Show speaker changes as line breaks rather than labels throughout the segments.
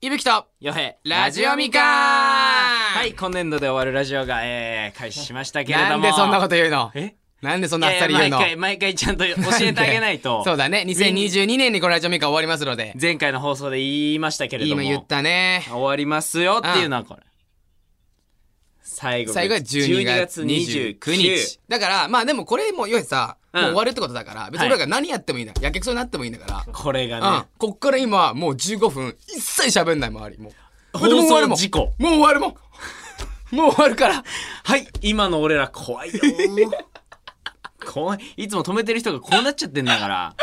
いぶきと
よへ
ラジオみかん
はい今年度で終わるラジオが、えー、開始しましたけれども
なんでそんなこと言うの
え
なんでそん
い
なあっさ
やい
り
や
言う
毎
の
回毎回ちゃんと教えてあ げないと
そうだね2022年にこのラジオミカ終わりますので
前回の放送で言いましたけれども
今言ったね
終わりますよっていうのはこれ最後
最後は12月
12月
29
29
日だからまあでもこれもよいさ、
うん
もう終わるってことだから別に俺らが何やってもいいんだ、やけくそになってもいいんだか
これが
ら、
ね、
うん、こっから今もう15分一切喋んない周りもう
放
でもう終わる
送
もん
事故
もう終わるもん もう終わるから
はい今の俺ら怖いよ 怖いいつも止めてる人がこうなっちゃってんだから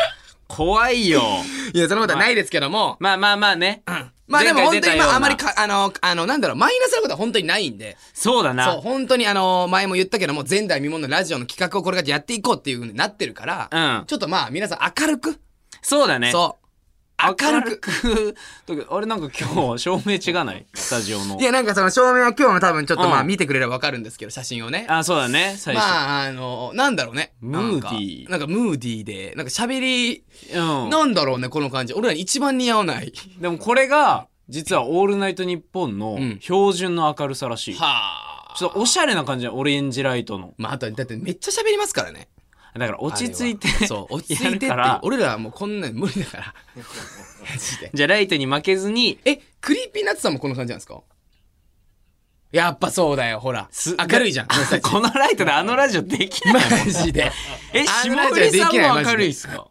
怖いよ
いやそんなことはないですけども、
まあまあまあね、
まあでも本
前回出
当
た
に
よう
今
な
あまりかあのあのなんだろうマイナスなことは本当にないんで
そうだな
そう本当にあの前も言ったけども前代未聞のラジオの企画をこれからやっていこうっていう風になってるから、
うん
ちょっとまあ皆さん明るく、
そうだね
そう明るく
くとかあれなんか今日照明違 ないスタジオの
いやなんかその照明は今日も多分ちょっとまあ
うん
見てくれればわかるんですけど写真をね
あそうだね最初、
まああのなんだろうね
ムーディー
なんかなんかムーディーでなんか喋り、
うん
なんだろうねこの感じ俺らに一番似合わない
でもこれが実は「オールナイトニッポン」の
ん
標準の明るさらしい、
はあ
ちょっとおしゃれな感じのオレンジライトの
まああとだってめっちゃ喋りますからね
だから落ち着いて
あれはそう落ち着いてってい
や
う
るから
俺らはもうこんなん無理だから マジで
じゃあライトに負けずに
え、クリーピーナッツさんもこの感じなんですかやっぱそうだよ、ほら
す。
明るいじゃん。俺たち
このライトであのラジオできない
マ
もん
ジで。
え
あの
下
ラジオで
振
き
さ
ない
ん
マ
も
ジで
明るいっすか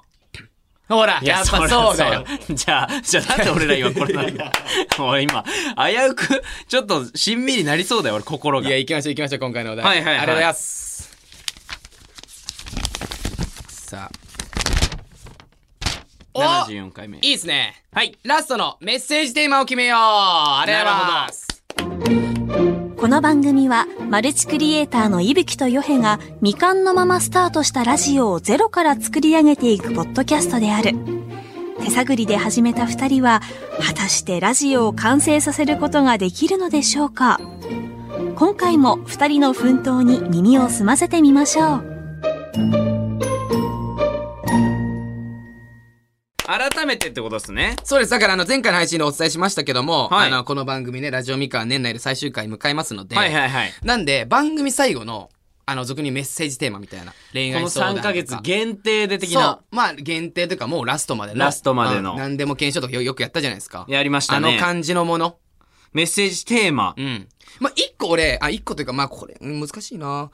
ほら、やっぱそうだよ。
そりゃそうだじゃあじゃあなんで俺ら今これなんだもう今危うくちょっとしんみりなりそうだよ俺心
い
が
や、行きましょう行きましょう、今回のお題。
はいはいはい
ありがとうございます。さあ。お
74回目
いいっすね。
はい
ラストのメッセージテーマを決めようありがとうございます。
この番組はマルチクリエイターの伊吹とヨヘが未完のままスタートしたラジオをゼロから作り上げていくポッドキャストである手探りで始めた二人は果たしてラジオを完成させることができるのでしょうか今回も二人の奮闘に耳を澄ませてみましょう
改めてってことですね
そうです。だから、あの、前回の配信でお伝えしましたけども、
はい
あの、この番組ね、ラジオミカは年内で最終回迎えますので、
はいはいはい
なんで、番組最後の、あの、俗にメッセージテーマみたいな、恋
こ
愛
の
相談
3
とか。
ヶ月限定で的
そう
な。
まあ、限定というか、もうラストまでの。
ラストまでの
うん何でも検証とかよよくやったじゃないですか。
やりました
あ
ね
の感じのもの。
メッセージテーマ
うん。まあ、一個俺、あ、一個というか、まあ、これ、うん難しいな。
うんうん
ど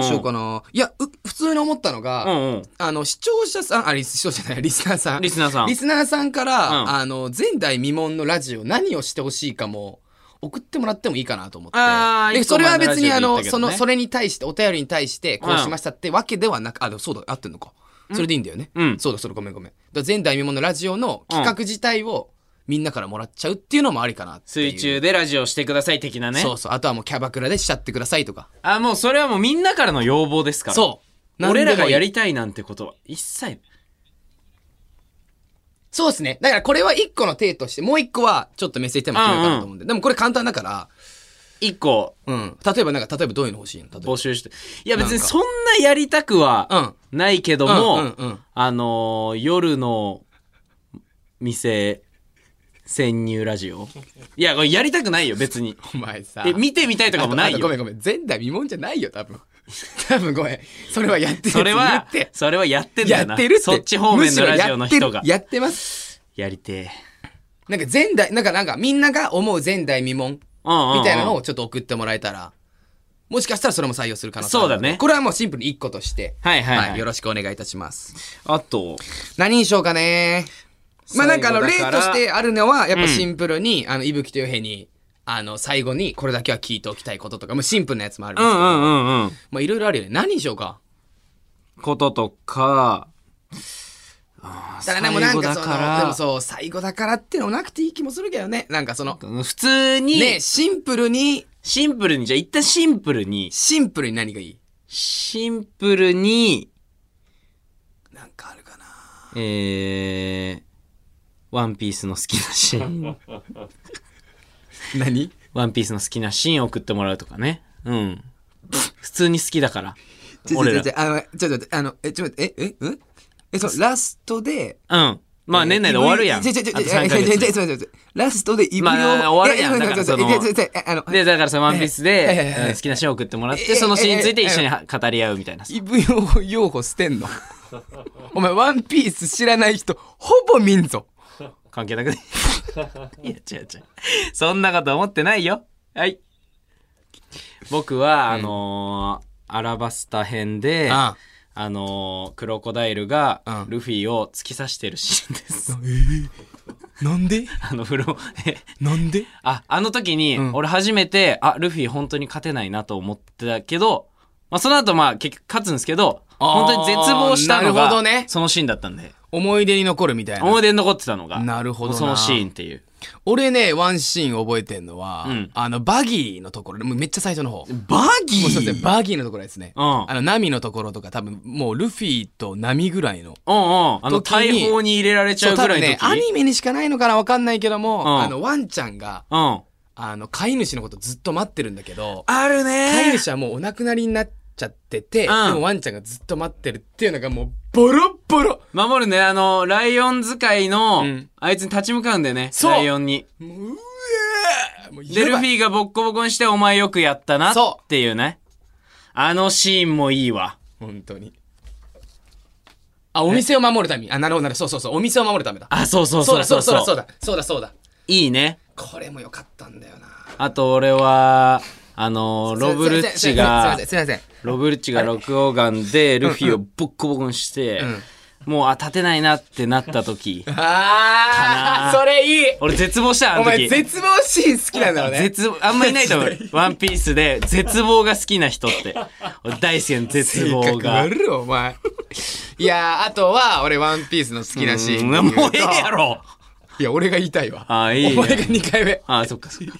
うしようかな。いや、う普通に思ったのが、
うんうん
あの、視聴者さん、あ、リス視聴者じゃない、リスナーさん。
リスナーさん
リスナーさんから、
うん
あの、前代未聞のラジオ、何をしてほしいかも、送ってもらってもいいかなと思って。
あー
で
一個
そ
前
れは
のラ
別
ジオで
に、
言
あ
ったけどね
の、その、それに対して、お便りに対して、こうしましたってわけではなく、あ、でもそうだ、合ってんのか。それでいいんだよね。
うん
そうだ、それごめんごめん。だから前代未聞のラジオの企画自体を、みんなからもらっちゃうっていうのもありかなっていう。
水中でラジオしてください的なね
そうそう。あとはもうキャバクラでしちゃってくださいとか。
あもうそれはもうみんなからの要望ですから
そう。
俺ら
何で
が
もいい
やりたいなんてことは一切
そうですね。だからこれは一個の体として、もう一個はちょっとメッセージテーマ決めようかなと思うんで。でもこれ簡単だから、
一個
うん。例えばなんか、例えばどういうの欲しいの例えば
募。集していや別
なん
に
か
そんなやりたくはないけど
うん
も、
うんうん
あのー夜の店潜入ラジオいやこれやりたくないよ別 に
お前さ。
え見てみたいとかもな
あ
い
とご
よ
めんごめん。前代未聞じゃないよ、多分。多分ごめん。それはやってる。
それは
言って。
それはやってんだ
や
よな
ってるって。
そっち方面のラジオの人が
むしろやってるやってます。
やりてえ
なんか前代、なんかなんかみんなが思う前代未聞
うんうんうん
みたいなのをちょっと送ってもらえたら、もしかしたらそれも採用する可能性あるので
そうだね
これはもうシンプルに一個として。
はいはいはい
よろしくお願いいたします。
あと
何にしようかね。まあなんかあの、例
最後だから
としてあるのは、やっぱシンプルに、あの、いぶきとよへに、あの、最後にこれだけは聞いておきたいこととか、もうシンプルなやつもあるん
う
で
ん
すけ
う
ど、
んうんうん
まあいろいろあるよね。何にしようか。
こととか
だからでもなんかそ
最後だから
の、でもそう、最後だからっていうのもなくていい気もするけどね。なんかその、
普通に、
ね、シンプルに、
シンプルにじゃあ一旦シンプルに
シンプルに何がいい
シンプルに
なんかあるかな。
えー、ワンピースの好きなシー ン
何
ワンピースの好きなシーン送ってもらうとかねうん普通に好きだから
ちょちょ
俺
ちょち
ら
ょ、あの、ちょっと待って、あの、え、ちょっと待って、え、え、うんえ、そう、ラストで、
うんまあ年内で終わるやん。あと
ちょちょちょちょちょ
3ヶ
ちょちょ
月。
ちょちょちょラストでイブ用。
まあ終わるやん
いいい
だから
いやいや
その
いやいやあの、
で、だからさ、ワンピース
えええ
で
えええ
うん好きなシーンを送ってもらっ
ええ
て、
え
そのシーンについて一緒には語り合うみたいな。
イブ用用語捨てんの。 お前、ワンピース知らない人、ほぼ見んぞ。
関係なくね。 いや、違う違う。そんなこと思ってないよ。はい。僕は、あのーアラバスタ編で、
あ
あのークロコダイルが
うん
ルフィを突き刺してるシーンです。
なんで
あの、風呂、 え
なんで
あ、あの時に
うん、
俺初めて、あ、ルフィ本当に勝てないなと思ってたけど、まあ、その後、まあ、結局勝つんですけど、
あー
本当に絶望したの
なるほ
が、
どね
そのシーンだったんで、
思い出に残るみたい
思
な。
い出に残ってたのが、
なるほどな
そのシーンっていう。
俺ね、ワンシーン覚えてんのは
うん、
あの、バギーのところ、もうめっちゃ最初の方。
バギ
もうそうですねバギーのところですね。
うん
あの、ナミのところとか、多分、もうルフィとナミぐらいの。
うんうん。あの、
時に
大砲に入れられち
そ
ゃ
う、
う
多
ぐら
分
いの
ね
時、
アニメにしかないのかなわかんないけど
うん
も、あの、ワンちゃんが、
うん。
あの、飼い主のことずっと待ってるんだけど、
ある
飼い
ね
主はもうお亡くなりになっちゃってて、
うん
でもワンちゃんがずっと待ってるっていうのがもう、ボロッボロ
守るね、あの、ライオン使いの、
うん
あいつに立ち向かうんだよね。
そう
ライオンに。
もう、うえーもう
で、
や
ル
ば
フ
い
ィがボッコボコにして、お前よくやったな。
そう
っていうね。あのシーンもいいわ。
本当に。あ、お店を守るために。あ、なるほどなるほど。そうそうそう。お店を守るためだ。
あ、そうそう
そう
そう
だ
そ
そうう
そう
だそうだそうだそうだ。
いいね。
これも良かったんだよな。
あと、俺は、あの、ロブルッチ
すいま
が
せ、んすいません。すいませんすいません
ロブルッチが録音眼で、ルフィをボッコボコにして、もう、あ、立てないなってなった時。
あ
かな
ー、それいい
俺絶望した、あ
お
の
前
時。
絶望シーン好きなんだろうね。
絶望あんまりいないと思う
絶
ワンピースで絶望が好きな人って俺大好きなの絶望が
性格悪いお前。いやー、あとは、俺、ワンピースの好きなシーンで言
うん
うと。
もうええやろ
いや、俺が言いたいわ。
あーいいね
お前が2回目。
あーそっかそっか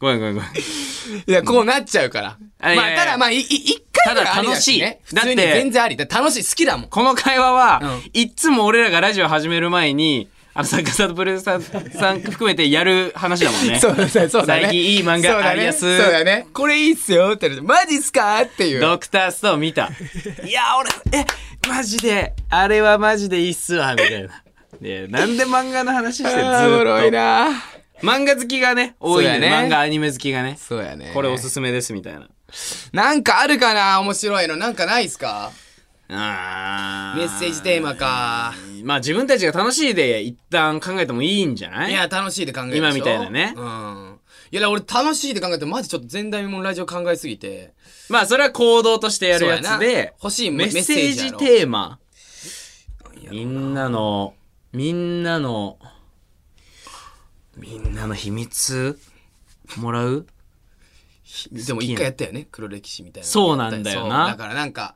ごめんごめんごめん
いや、こうなっちゃうから。
あいやい
ま
や
あ、ただ、まあ、いい一回ぐらいありだしね。
ただ
普通
楽しい
に
だって
全然あり。だって楽しい、好きだもん。
この会話は、
うん
いっつも俺らがラジオ始める前にあの作家さんとプロデューサーさん含めてやる話だもんね
そうだね、そうだね。
最近いい漫
そう
画
だ
あり
ね。
や
そ
す
うだね。これいいっすよって言われて、マジっすかっていう。
ドクターストーン見たいや俺えマジであれはマジでいいっすわみたいなでなんで漫画の話して
あ
るず
ーおもろ
ー
い
っと
な
漫画好きがね多いんだ
そ
よ
うやね
漫画アニメ好きがね
そうやね。
これおすすめですみたいな。
なんかあるかな面白いの。なんかないっすか
あ
メッセージテーマ。か。
まあ自分たちが楽しいで一旦考えてもいいんじゃない
いや、楽しいで考えるでしょ
今みたいなね
うん。いや、俺楽しいで考えて、マジちょっと前代未聞のラジオ考えすぎて。
まあそれは行動としてやるや
そう
つ
やな
で、
欲しいメッ
メッ
セ
セ
ー
ー
ジや
ジ
ろ
テーマ。みんなの、みんなの、みんなの秘密もらう
でも一回やったよね。黒歴史みたいな。
そうなんだよな
そうだからなんか、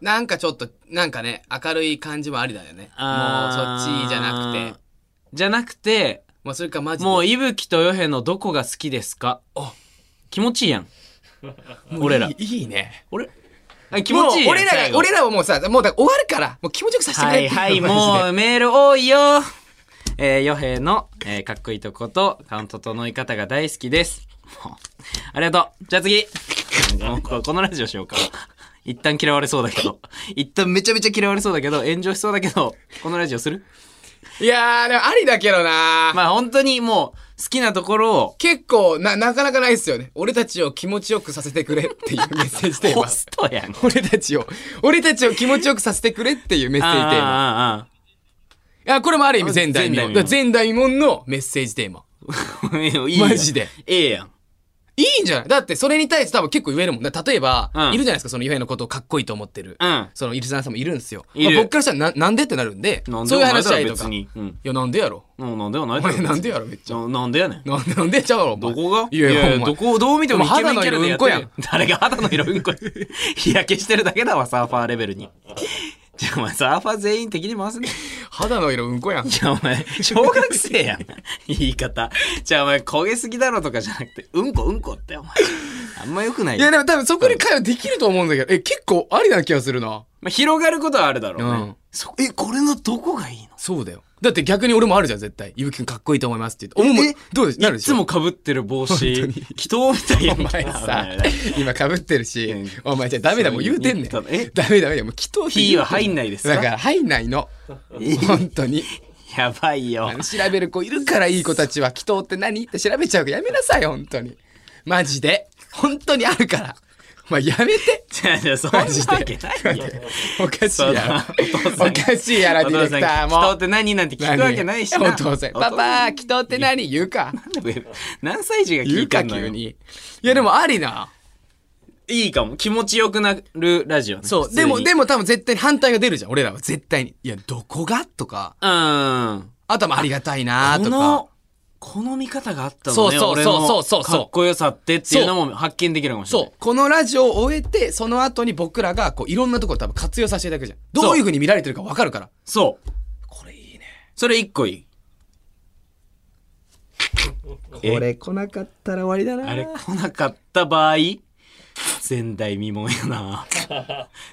なんかちょっと、なんかね、明るい感じもありだよね。もう
あー
そっちじゃなくて。。
じゃなくて、
まあそれかマジで。
もう、いぶきとよへのどこが好きですか
あ
気持ちいいやん。
もういい
俺ら
い。いね。
俺あ気持ちいい
もう
や
ん俺ら
最
が、
後
俺らはもうさ、もうだから終わるから、もう気持ちよくさせてく
は
れ
い
って
はい、
マジで
もうメール多いよ。えー、ヨヘイの、えーかっこいいとこと、カウント整い方が大好きです。もうありがとう。じゃあ次。もうここのラジオしようか。一旦嫌われそうだけど。一旦めちゃめちゃ嫌われそうだけど、炎上しそうだけど、このラジオする
いやー、でもありだけどな
まあ本当にもう、好きなところを、
結構な、なかなかないっすよね。俺たちを気持ちよくさせてくれっていうメッセージテー
ホ
マ。
ストやん。
俺たちを、俺たちを気持ちよくさせてくれっていうメッセージテーマ。
あ
いや、これもある意味前代未聞。
前代
だから前代
未聞
未聞のメッセージテーマ。
ーあーあーいいやん
マジで。
ええやん。
いいんじゃないだってそれに対して多分結構言えるもん。だから例えば、
うん
いるじゃないですか、そのゆえのことをかっこいいと思ってる。
うん
そのイルさんさんもいるんですよ。
いる
まあ僕からしたらななんでってなるんで、
なんで
そういう話したりと
別
か。い
に。うん。
や、なんでやろ。
ななんではない
お
だろ
前なんでやろ、めっちゃ。
ななんでやねん。
なんで、 なんでちゃうやろ、お前
どこが
いやいや、お前
どこをどう見ても
お前
イケメンキャラでやってる
肌の色うんこ
誰が肌の色うんこや。 日焼けしてるだけだわ、サーファーレベルに。じゃあお前、サーファー全員敵に回すね。
肌の色うんこやん。
じゃあお前、小学生やん。言い方。じゃあお前、焦げすぎだろとかじゃなくて、うんこうんこってお前。あんま良くない
い
よ
や、でも多分そこで会話できると思うんだけど、え、結構ありな気がするな。
まあ、広がることはあるだろうね。
うん
そえ、これのどこがいいの
そうだよ。だって逆に俺もあるじゃん、絶対。ゆうきくんかっこいいと思いますって言って。おも
え
どうでしなる
い
でし
つ
ょ
も被ってる帽子、祈祷みたいや
お
ん
前さ
危ない危ない、
今被ってるし
うん、
お前じゃダメだ、もう言うて んねん。
そう言った
ダ
のえ
メダメだ、もう祈祷って言うてんね
P は入んないですか
だから入んないの。本当に。
いやばいよ
あの調べる子いるからいい子たちは祈祷って何って調べちゃうからやめなさい本当にマジで本当にあるからまあやめて
じゃあじゃあそんなわけないよ
おかしいや
そう
ろ
だ
おかしいやろ
お
ディ
父
レ
さん
クター
祈
も
祷って何なんて聞くわけないしな
お父さんパパ祈祷って何言うか
何歳児が聞
言
いうた
か
の
急
よ
にいやでもありない
いかも気持ちよくなるラジオね
そうでもで
も
も多分絶対に反対が出るじゃん俺らは絶対にいやどこがとか
うん
あとはまあありがたいな
こ
とか
のこの見方があったの
そ
ね
うそう
俺の
そうそうそう
かっこよさってっていうのも発見できるかもしれない
そう。このラジオを終えて、その後に僕らが、こう、いろんなところ多分活用させていただくじゃん。どういう風に見られてるかわかるから。
そう
これいいね。
それ一個いい
こ
え
れ来なかったら終わりだな。
あれ来なかった場合前代未聞 やな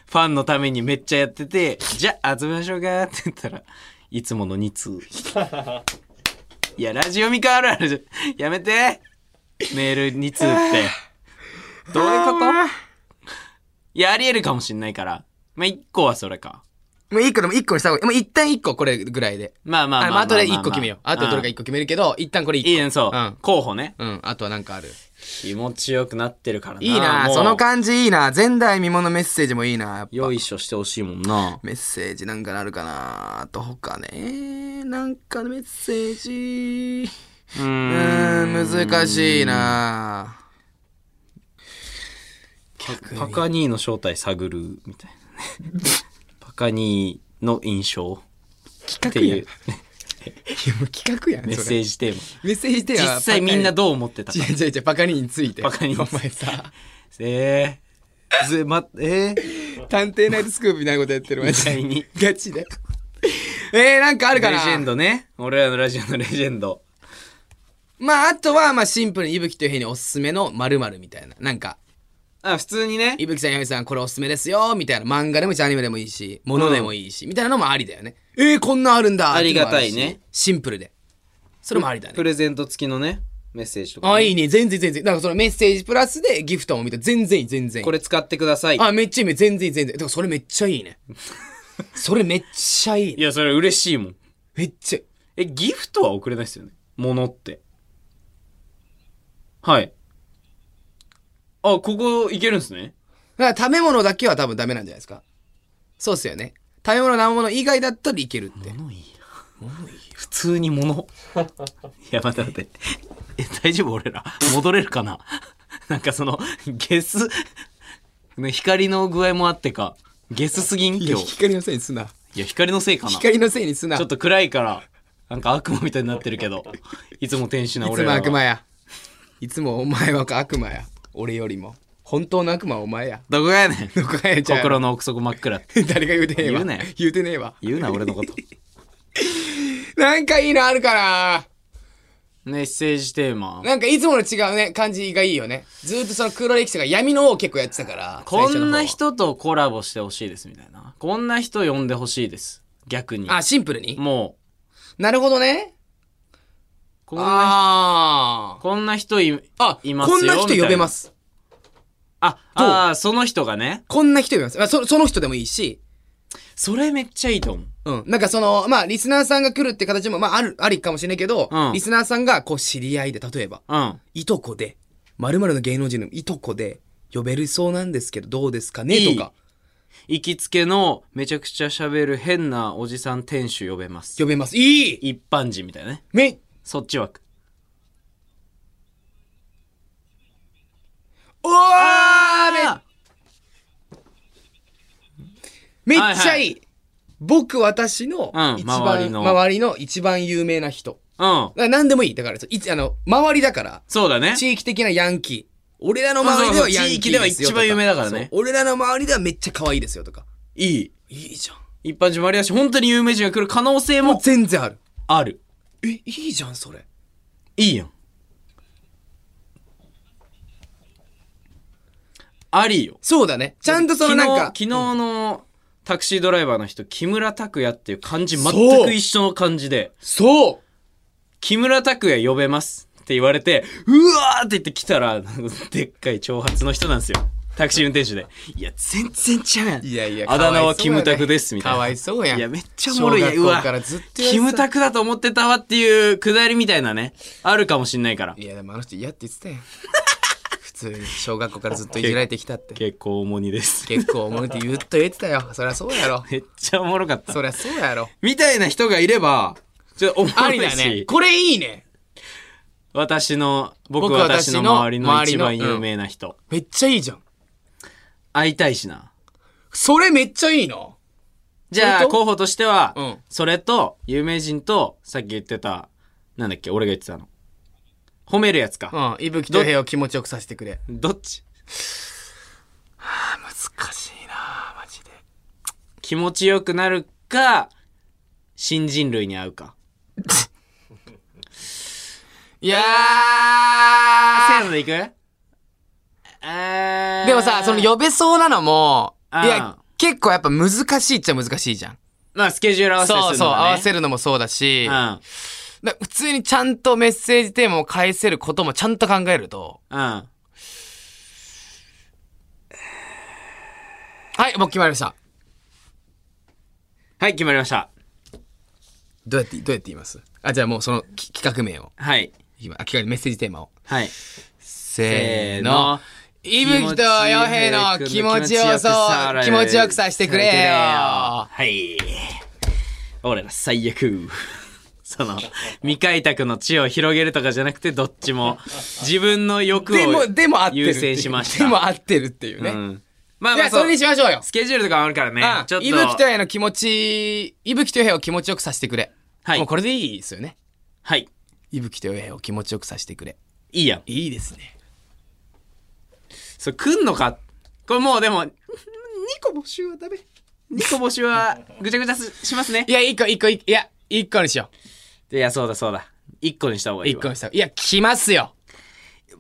ファンのためにめっちゃやっててじゃあ集めましょうかって言ったらいつもの2通 いやラジオミカあるあるじゃやめてメール2通ってどういうこといやありえるかもしんないからまあ1個はそれか
もう一個でも一個にした方がいい。もう一旦一個これぐらいで。
まあまあま
あま
あま
あ、
あ
あとで一個決めよう。あとどれか
い
一個決めるけど、一旦これ一個。
いいねそう、
うん。
候補ね
うん。あとはなんかある。
気持ちよくなってるからない
いな
もう
その感じいいな前代未聞のメッセージもいいなやっぱ。
よいしょしてほしいもんな
メッセージなんかあるかなあと他ね。なんかのメッセージ。
う
う
ーん
ーん、難しいな
パカニーの正体探るみたいなねパカニーの印象って
やん
い
い
う
やもう企画やん
メッ
それ
セージテーマ
メッセージでは
実際みんなどう思ってたか
違う違う違うバカにについて
バカに
お前さ
えー、ずまえー、
探偵ナイトスクープみたいなことやってるマジ
みたいに
でガチでえー、なんかあるか
レ
な
ジェンドね俺らのラジオのレジェンド
まああとはまあシンプルにいぶきという部屋におすすめの〇〇みたいななんか
あ普通にね
いぶきさんやめさんこれおすすめですよみたいな漫画でもいいしアニメでもいいし物でもいいし、みたいなのもありだよねえー、こんなんあるんだってうのもるし
ありがたいね
シンプルでそれもありだね
プレゼント付きのねメッセージとかね、
あいいね全然全然だからそのメッセージプラスでギフトも見た全然いい全然いい
これ使ってください
あ、めっちゃいい、全然いい、全然いい。でもそれめっちゃいいね。それめっちゃいい、
い
ね。
やそれ嬉しいもん
めっちゃいい。
えギフトは送れないですよね物ってはいあここいけるんですね
だから食べ物だけは多分ダメなんじゃないですか。そうっすよね。食べ物、生物以外だったらいけるって。
物いいな普通 に物いや待って待ってえ大丈夫俺ら戻れるかななんかそのゲスね光の具合もあってかゲスすぎん今日
光のせいにすな。
いや光のせいかなち
光のせいにすな。
ょっと暗いからなんか悪魔みたいになってるけどいつも天使ない
つ
俺
も
らは
悪魔や。いつもお前は悪魔や。俺よりも。本当の悪魔はお前や。
どこがやねん
どこかやちゃう
心の奥底真っ暗
誰が言うてねえわ。
言うなよ
言うてねえわ。
言うな俺のこと
なんかいいのあるかな
メッセージテーマ
なんかいつもの違うね、感じがいいよね。ずーっとその黒歴史が闇の王を結構やってたから。
こ
最初
ん
の
な
方
人とコラボしてほしいですみたいなこんな人呼んでほしいです逆に
あ、シンプルに
も
なるほどね。
うこんな
あ
こんな人い
あ。あ、
いますよ。
こんな人呼べますす。
あ、
どう
あーその人がね。
こんな人呼べます。まあ、そその人でもいいし、
それめっちゃいいと思う。
うん。なんかその、まあ、リスナーさんが来るって形も、まあ、ある、ありかもしれないけど、
うん
リスナーさんが、こう、知り合いで、例えば、
うん。
いとこで、〇〇の芸能人のいとこで、呼べるそうなんですけど、どうですかね
いい
とか、
行きつけのめちゃくちゃ喋る変なおじさん店主呼べます。
呼べます。いい
一般人みたいなね。
め、
そっち枠。
おー
あ
めめっちゃいい、
はい
僕、私の、
うん
一番、
周りの
周りの一番有名な人。
ーうん。
だから何でもいい。だから、いつ、あの、周りだから、
そうだね。
地域的なヤンキー。俺らの周りではヤンキーですよと
そうそうそう地域で
か。
は一番有名だからね
そう俺らの周りではめっちゃ可愛いですよとか。
いい。
いいじゃん。
一般人もありだし、本当に有名人が来る可能性
もう
も
全然ある。
ある。
え、いいじゃん、それ。
いいやん。ありよ。
そうだね。ちゃんとそのなんか
昨日、昨日のタクシードライバーの人、木村拓哉っていう漢字全
そう
く一緒の漢字で。
そう
木村拓哉 呼べますって言われて、うわーって言って来たら、なんかでっかい長髪の人なんですよ。タクシー運転手で。いや、全然ちゃうやん。
いやいや
あだ名はキムタクです、みたいな。
かわいそうやん
いや、めっちゃおもろいやん。
小
う
学
わ
校からずっとやっ、てた
キムタクだと思ってたわっていうくだりみたいなね。あるかもしんないから。
いやでもあの人嫌って言ってたよ普通に小学校からずっといじられてきたって
結構重荷です。
結構思うって言っと言ってたよそりゃそうやろ
めっちゃおもろかった。
そりゃそうやろ
みたいな人がいれば、ちょっとおも
あ
ろ
り
い
だね
し、
これいいね
私の、僕
僕
私の周りの
私
一
の
番有名な人。
めっちゃいいじゃん
会いたいしな。
それめっちゃいいな
じゃ
そ
あ、
れと
候補としては、
うん
それと、有名人と、さっき言ってた、なんだっけ、俺が言ってたの。褒めるやつか。
うん伊吹と平を気持ちよくさせてくれ
どっち
難しいなマジで
気持ちよくなるか、新人類に会うか。
いや
せ
ー
ーのでいくえー
でもさその、呼べそうなのもい
うん
や結構やっぱ難しいっちゃ難しいじゃん
まあ、スケジュール合わせするの、
そ
ね、
うそう合わせ
る。
るのもそうだし
うん。
だから普通にちゃんとメッセージテーマを返せることもちゃんと考えると。
うん。
はい、僕決まりました。
はい、決まりました。
どうやって、どうやって言いますあ、じゃあもうそのき企画名を。
はい。
いきまあ、企画メッセージテーマを。
はい。
せーの。。いぶきとよへの気持ちよさを、気持ちよくさせてくれよ。
はい。俺ら最悪。 その、未開拓の地を広げるとかじゃなくて、どっちも自分の欲を
でも、でも合ってるっていう。
優先しました。
でも合ってるっていう
う
ね。
ん。まあ
い
まあ
や、それにしましょうよ。
スケジュールとかもあるからね。
あ
ちょっと。
いぶきとよへの気持ち、いぶきとよへを気持ちよくさせてくれ。
はい
もうこれでいいですよね。
はい。
いぶきとよへを気持ちよくさせてくれ。
いいやん。
いいですね。
そう、来んのか。これもうでも、2個募集はダメ。2個募集はぐちゃぐちゃすしますね
い。や、一個、一個、一個いや、一個にしよう。
いや、そうだそうだ。1個にした方がいい
一
わ。
個の人いや、来ますよ。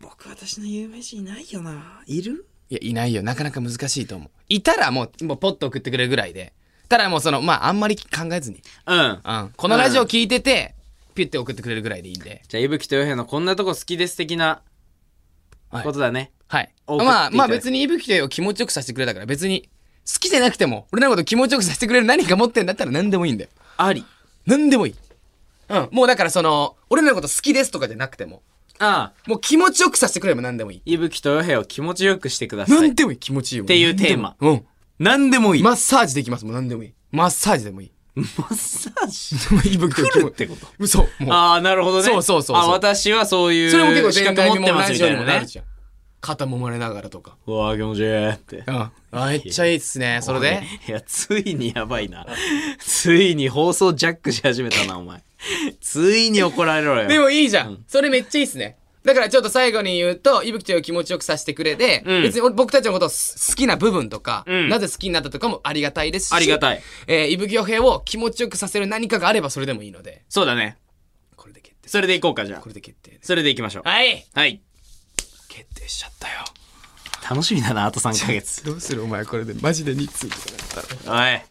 僕私の有名人いないよないる
いや、いないよ。なかなか難しいと思う。いたらもう、もうポッと送ってくれるぐらいで。ただもうその、まあ、あんまり考えずに。
うん
うん。このラジオ聞いてて、ピュッて送ってくれるぐらいでいいんで。
じゃあ伊吹とよへのこんなとこ好きです的な
はい
ことだね、
はい。
送っていた
ま
だ
あ、
いて
まあ別にいぶきを気持ちよくさせてくれたから、別に、好きじゃなくても、俺のこと気持ちよくさせてくれる何か持ってんだったら何でもいいんだよ。
あり
何でもいい。うん。もうだからその、俺らのこと好きですとかじゃなくても、
ああ
もう気持ちよくさせてくれれば何でもいい。
伊吹とよへを気持ちよくしてください
何でもいい、気持ちいいよ。
っていうテーマ
うん。
何でもいい、
マッサージできますもん、何でもいい。マッサージで もいい。
マッサージ
いぶき
来るってこと
嘘もう
ああなるほどね
そうそうそうそう
あ私はそういう
それも結構
資
全
格
体
持
に
って
も
ま
ラ
すみ
ジオ
た
に
い
も
な
な
ね
るじゃん肩揉まれながらとか
うわあ気持ちいいって
うんあめっちゃいいっすねそれで
いやついにやばいなついに放送ジャックし始めたなお前ついに怒られろよ
でもいいじゃんそれめっちゃいいっすねだからちょっと最後に言うと、いぶきちゃんを気持ちよくさせてくれで、
うん
別に僕たちのことをす好きな部分とか、
うん
なぜ好きになったとかもありがたいですし、
ありが
い。
たい
えー、いぶきよへを気持ちよくさせる何かがあればそれでもいいので、
そうだね
これで決定。
それでいこうかじゃあ
これで決定です。
それでいきましょう
はい
はい
決定しちゃったよ。
楽しみだなあと3ヶ月
どうするお前これでマジで2通とかだったら。
おい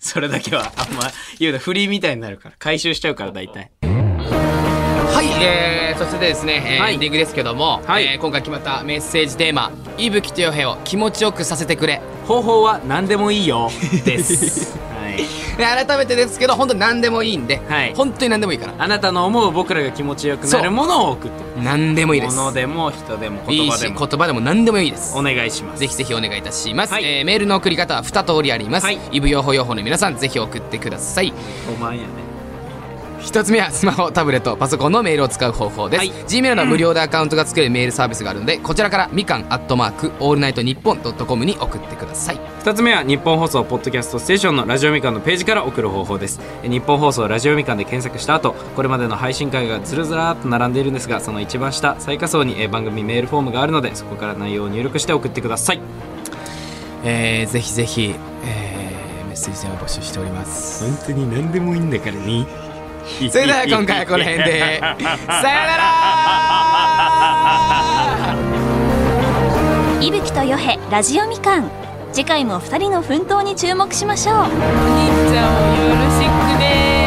それだけはあんま言うのフリーみたいになるから回収しちゃうから大体
はい、えー、そしてですね、えー
はい
エンディングですけども、
はい
えー今回決まったメッセージテーマ「いぶきとよへを気持ちよくさせてくれ
方法は何でもいいよですはい」
で改めてですけど本当に何でもいいんで、
はい
本当に何でもいいから
あなたの思う僕らが気持ちよくなるものを送って
何でもいいです
物でも人でも
い
言
い
葉
し
で
言
も
葉でも何でもいいです
お願いします
ぜひぜひお願いいたします、
はい
えーメールの送り方は2通りあります、
はいい、
イブ用法用法の皆さんぜひ送ってください
5万円やね
一つ目はスマホタブレットパソコンのメールを使う方法です、
はい
Gmail の無料でアカウントが作れるメールサービスがあるのでこちらからみかんアットマークオールナイトニッポンドットコムに送ってください
2つ目は日本放送ポッドキャストステーションのラジオみかんのページから送る方法ですえ日本放送ラジオみかんで検索した後これまでの配信会がずるずらーっと並んでいるんですがその一番下最下層にえ番組メールフォームがあるのでそこから内容を入力して送ってください
えー、ぜひぜひ、えー、メッセージを募集しております
本当に何でもいいんだからね
それでは今回はこの辺でさよなら
伊吹とよへラジオみかん次回も2人の奮闘に注目しましょう
お兄ちゃんをよろしくね